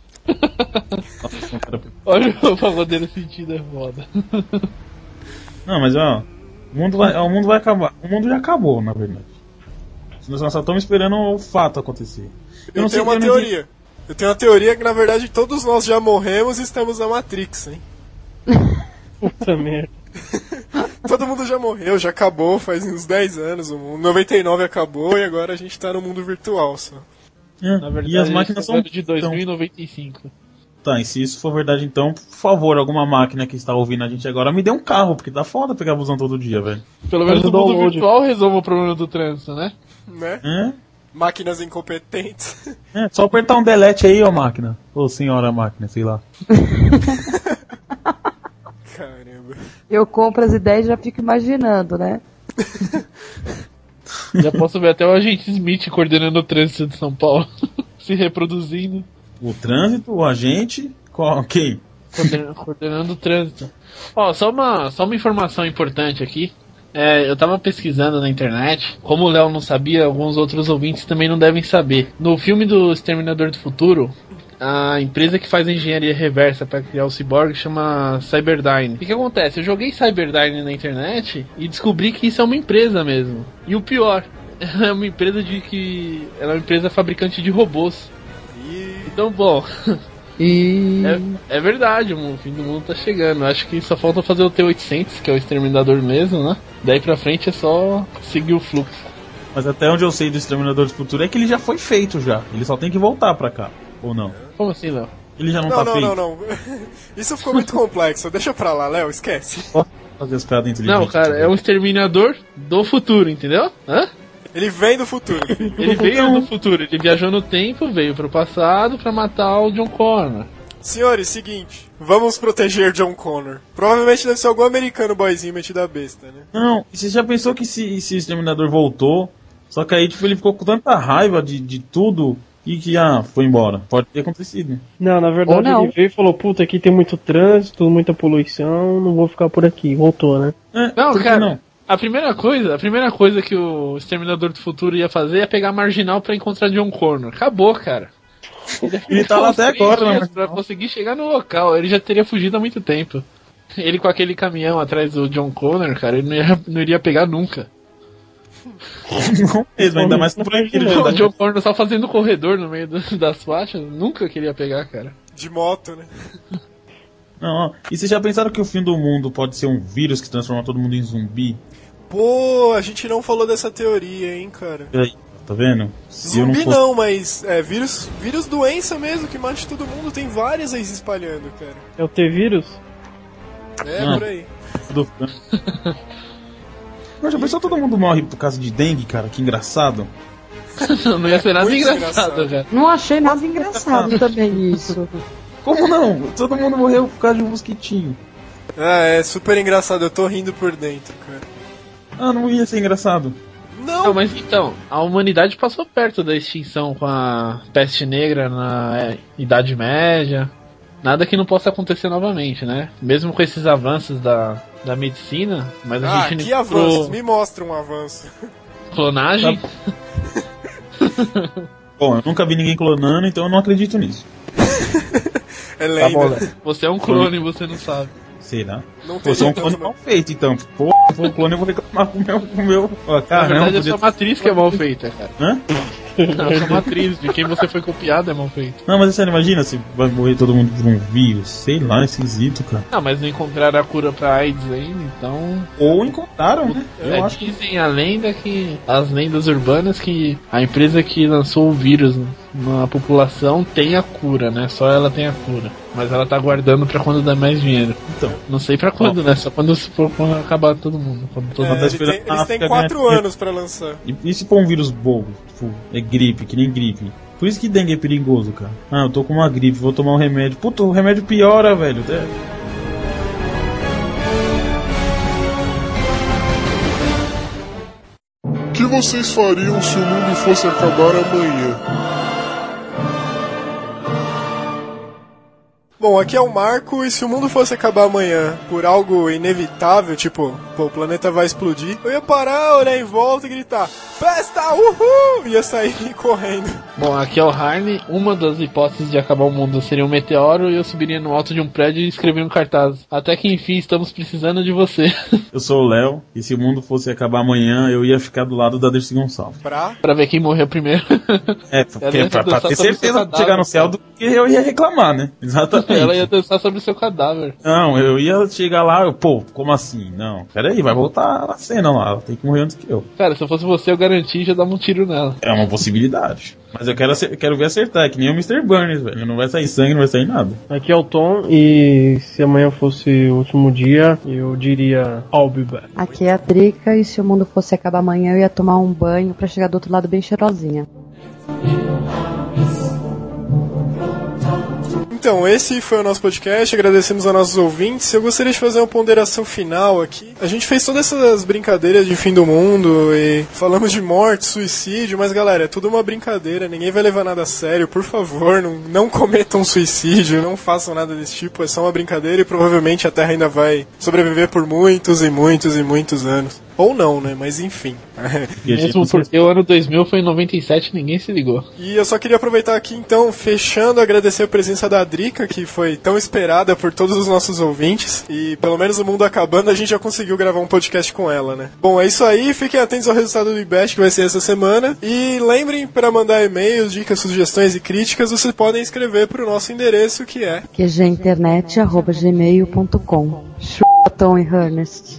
B: Nossa, um isso não era-
D: Olha o pavoneiro sentido é foda.
B: Não, mas ó. O mundo, vai, ó, o mundo vai acabar. O mundo já acabou, na verdade. Nós só estamos esperando o fato acontecer.
A: Eu,
B: não sei é
A: tenho uma
B: porque eu não entendi-
A: teoria. Eu tenho uma teoria que, na verdade, todos nós já morremos e estamos na Matrix, hein?
C: Puta merda.
A: Todo mundo já morreu, já acabou, faz uns 10 anos o mundo. 99 acabou e agora a gente tá no mundo virtual só.
B: É,
D: Na verdade,
B: e as máquinas
D: isso é
B: são.
D: de
B: são-
D: 2095.
B: Tá, e se isso for verdade, então, por favor, alguma máquina que está ouvindo a gente agora, me dê um carro, porque tá foda pegar busão todo dia, velho.
D: Pelo menos
C: Faz o
D: o mundo
C: download.
D: virtual resolve o problema do trânsito, né?
A: Né?
B: É?
A: Máquinas incompetentes. <laughs>
B: É, só apertar um delete aí, ó máquina. Ô senhora máquina, sei lá.
A: Caramba.
E: Eu compro as ideias e já fico imaginando, né?
D: Já posso ver até o agente Smith coordenando o trânsito de São Paulo. <laughs> Se reproduzindo,
B: O trânsito, o agente, qual, quem?
D: coordena- coordenando o trânsito. Ó, só uma, só uma informação importante aqui. É, eu tava pesquisando na internet. Como o Léo não sabia, alguns outros ouvintes também não devem saber. No filme do Exterminador do Futuro, a empresa que faz a engenharia reversa para criar o cyborg chama Cyberdyne. O que, que acontece? Eu joguei Cyberdyne na internet e descobri que isso é uma empresa mesmo. E o pior, <laughs> ela é uma empresa de que. Ela é uma empresa fabricante de robôs.
A: E
D: Então, bom,
E: E.
D: é, é verdade, o fim do mundo tá chegando. Acho que só falta fazer o T800, que é o exterminador mesmo, né? Daí pra frente é só seguir o fluxo.
B: Mas até onde eu sei do Exterminador do Futuro é que ele já foi feito já. Ele só tem que voltar pra cá. Ou não?
D: Como assim, Léo?
B: Ele já não,
A: Não,
B: tá
A: não, não,
B: feito.
A: não. <laughs> Isso ficou muito complexo. Deixa pra lá, Léo, esquece.
B: Fazer as piadas inteligentes.
D: Não, cara, é um exterminador do futuro, entendeu? Hã?
A: Ele vem do futuro.
D: Ele veio do futuro, ele viajou no tempo, veio pro passado pra matar o John Connor.
A: Senhores, seguinte. Vamos proteger John Connor. Provavelmente deve ser algum americano boyzinho metido a besta, né?
B: Não, e você já pensou que se, se o exterminador voltou? Só que aí tipo, ele ficou com tanta raiva de, de tudo e que ah, foi embora. Pode ter acontecido. né?
C: Não, na verdade
E: Ou não.
C: ele veio e falou, puta, aqui tem muito trânsito, muita poluição, não vou ficar por aqui. Voltou, né?
B: É,
D: Não,
B: por que
D: cara.
B: não?
D: A primeira coisa, a primeira coisa que o Exterminador do Futuro ia fazer é pegar a marginal pra encontrar John Connor. Acabou, cara.
B: Ele tá lá até
D: Três
B: agora, né? <laughs>
D: dias Pra conseguir chegar no local, ele já teria fugido há muito tempo. Ele com aquele caminhão atrás do John Connor, cara, ele não, ia- não iria pegar nunca.
B: Não mesmo, ainda mais com o Frank Miller,
D: O
B: tá?
D: John Connor só fazendo corredor no meio do- <laughs> das faixas, nunca queria pegar, cara.
A: De moto, né?
B: Não, ó. E vocês já pensaram que o fim do mundo pode ser um vírus que transforma todo mundo em zumbi?
A: Pô, a gente não falou dessa teoria, hein, cara.
B: Peraí, Tá vendo? Se eu não
A: Zumbi
B: fosse.
A: não, mas é vírus, vírus doença mesmo que mate todo mundo. Tem várias aí se espalhando, cara.
C: É o T-Vírus?
A: É,
B: Ah.
A: por aí.
B: do Frank.
D: <laughs>
B: Mas já pensou todo mundo morre por causa de dengue, cara? Que engraçado.
D: Não, não ia ser nada
A: Muito
D: engraçado,
A: engraçado.
D: cara.
E: Não achei nada engraçado também isso.
B: Como
D: <laughs>
B: não? Todo mundo morreu por causa de um mosquitinho.
A: Ah, é super engraçado. Eu tô rindo por dentro, cara.
B: Ah, não ia ser engraçado.
A: Não,
D: Não, mas então, a humanidade passou perto da extinção com a peste negra na é, Idade Média. Nada que não possa acontecer novamente, né? Mesmo com esses avanços da, da medicina, mas a
A: Ah,
D: gente
A: que avanços. Me mostra um avanço. <laughs> Tá
D: clonagem.
B: Bom, eu nunca vi ninguém clonando, então eu não acredito nisso.
A: É lenda.
D: Você é um clone, você não sabe.
B: Será?
A: não tem
B: Pô, sou um
A: jeito,
B: clone <laughs>
A: não.
B: mal feito, então. Pô, se for um clone, eu vou reclamar com o meu. Com o meu... Ó,
D: Na
B: Caramba,
D: verdade,
B: podia-
D: é sua matriz que é mal feita, cara.
B: Hã?
D: Não, a sua matriz, de quem você foi copiado é mal feita.
B: Não, mas sério, imagina se vai morrer todo mundo por um vírus. Sei lá, é esquisito, cara.
D: Ah, mas não encontraram a cura pra AIDS ainda, então
B: Ou encontraram, né? Eu
D: É,
B: acho que.
D: dizem a lenda que. As lendas urbanas que a empresa que lançou o vírus na população tem a cura, né? Só ela tem a cura. Mas ela tá guardando pra quando der mais dinheiro.
B: Então.
D: Não sei pra quando, né? Só quando, se for- quando acabar todo mundo. Quando todo
A: É,
D: mundo-
B: das
A: ele
B: coisas
A: tem- eles têm
B: clássicas,
A: quatro
B: né?
A: anos pra lançar.
B: E, e se for um vírus bobo? Tipo, é gripe, que nem gripe. Por isso que dengue é perigoso, cara. Ah, eu tô com uma gripe, vou tomar um remédio. Puta, o remédio piora, velho. É.
F: O que vocês fariam se o mundo fosse acabar amanhã?
A: Bom, aqui é o Marco, e se o mundo fosse acabar amanhã por algo inevitável, tipo, pô, o planeta vai explodir, eu ia parar, olhar em volta e gritar, festa, uhul! Ia sair <laughs> correndo.
D: Bom, aqui é o Harney. Uma das hipóteses de acabar o mundo seria um meteoro e eu subiria no alto de um prédio e escreveria um cartaz. Até que enfim, estamos precisando de você. <laughs>
B: Eu sou o Léo, e se o mundo fosse acabar amanhã, eu ia ficar do lado da Dercy Gonçalves.
A: Pra...
D: pra ver quem morreu primeiro.
B: É, porque,
D: ia
B: pra, pra
D: dançar
B: ter
D: sobre
B: certeza
D: essa
B: de chegar
D: data,
B: no céu do que eu ia reclamar, né? Exatamente.
D: ela ia dançar sobre o seu cadáver.
B: Não, eu ia chegar lá, eu, pô, como assim? Não, peraí, vai voltar a cena lá, ela tem que morrer antes que eu.
D: Cara, se eu fosse você, eu garantia e já dava um tiro nela.
B: É uma possibilidade. Mas eu quero, acer- quero ver acertar, é que nem o Mr. Burns, velho. Não vai sair sangue, não vai sair nada.
C: Aqui é o Tom e se amanhã fosse o último dia, eu diria I'll be back.
E: Aqui é a Drica e se o mundo fosse acabar amanhã eu ia tomar um banho pra chegar do outro lado bem cheirosinha.
A: Então, esse foi o nosso podcast, agradecemos aos nossos ouvintes. Eu gostaria de fazer uma ponderação final aqui. A gente fez todas essas brincadeiras de fim do mundo e falamos de morte, suicídio, mas galera, é tudo uma brincadeira, ninguém vai levar nada a sério, por favor, não, não cometam suicídio, não façam nada desse tipo, é só uma brincadeira e provavelmente a Terra ainda vai sobreviver por muitos e muitos e muitos anos. Ou não, né? Mas enfim. <laughs>
B: E a gente
D: Mesmo
B: não sabe-
D: porque o ano 2000 foi em 97 ninguém se ligou.
A: E eu só queria aproveitar aqui, então, fechando, agradecer a presença da Drica, que foi tão esperada por todos os nossos ouvintes. E pelo menos o mundo acabando, a gente já conseguiu gravar um podcast com ela, né? Bom, é isso aí. Fiquem atentos ao resultado do IBEST, que vai ser essa semana. E lembrem, para mandar e-mails, dicas, sugestões e críticas, vocês podem escrever para o nosso endereço, que é...
E: Que é internet.gmail.com Chupa Tom e Ernest.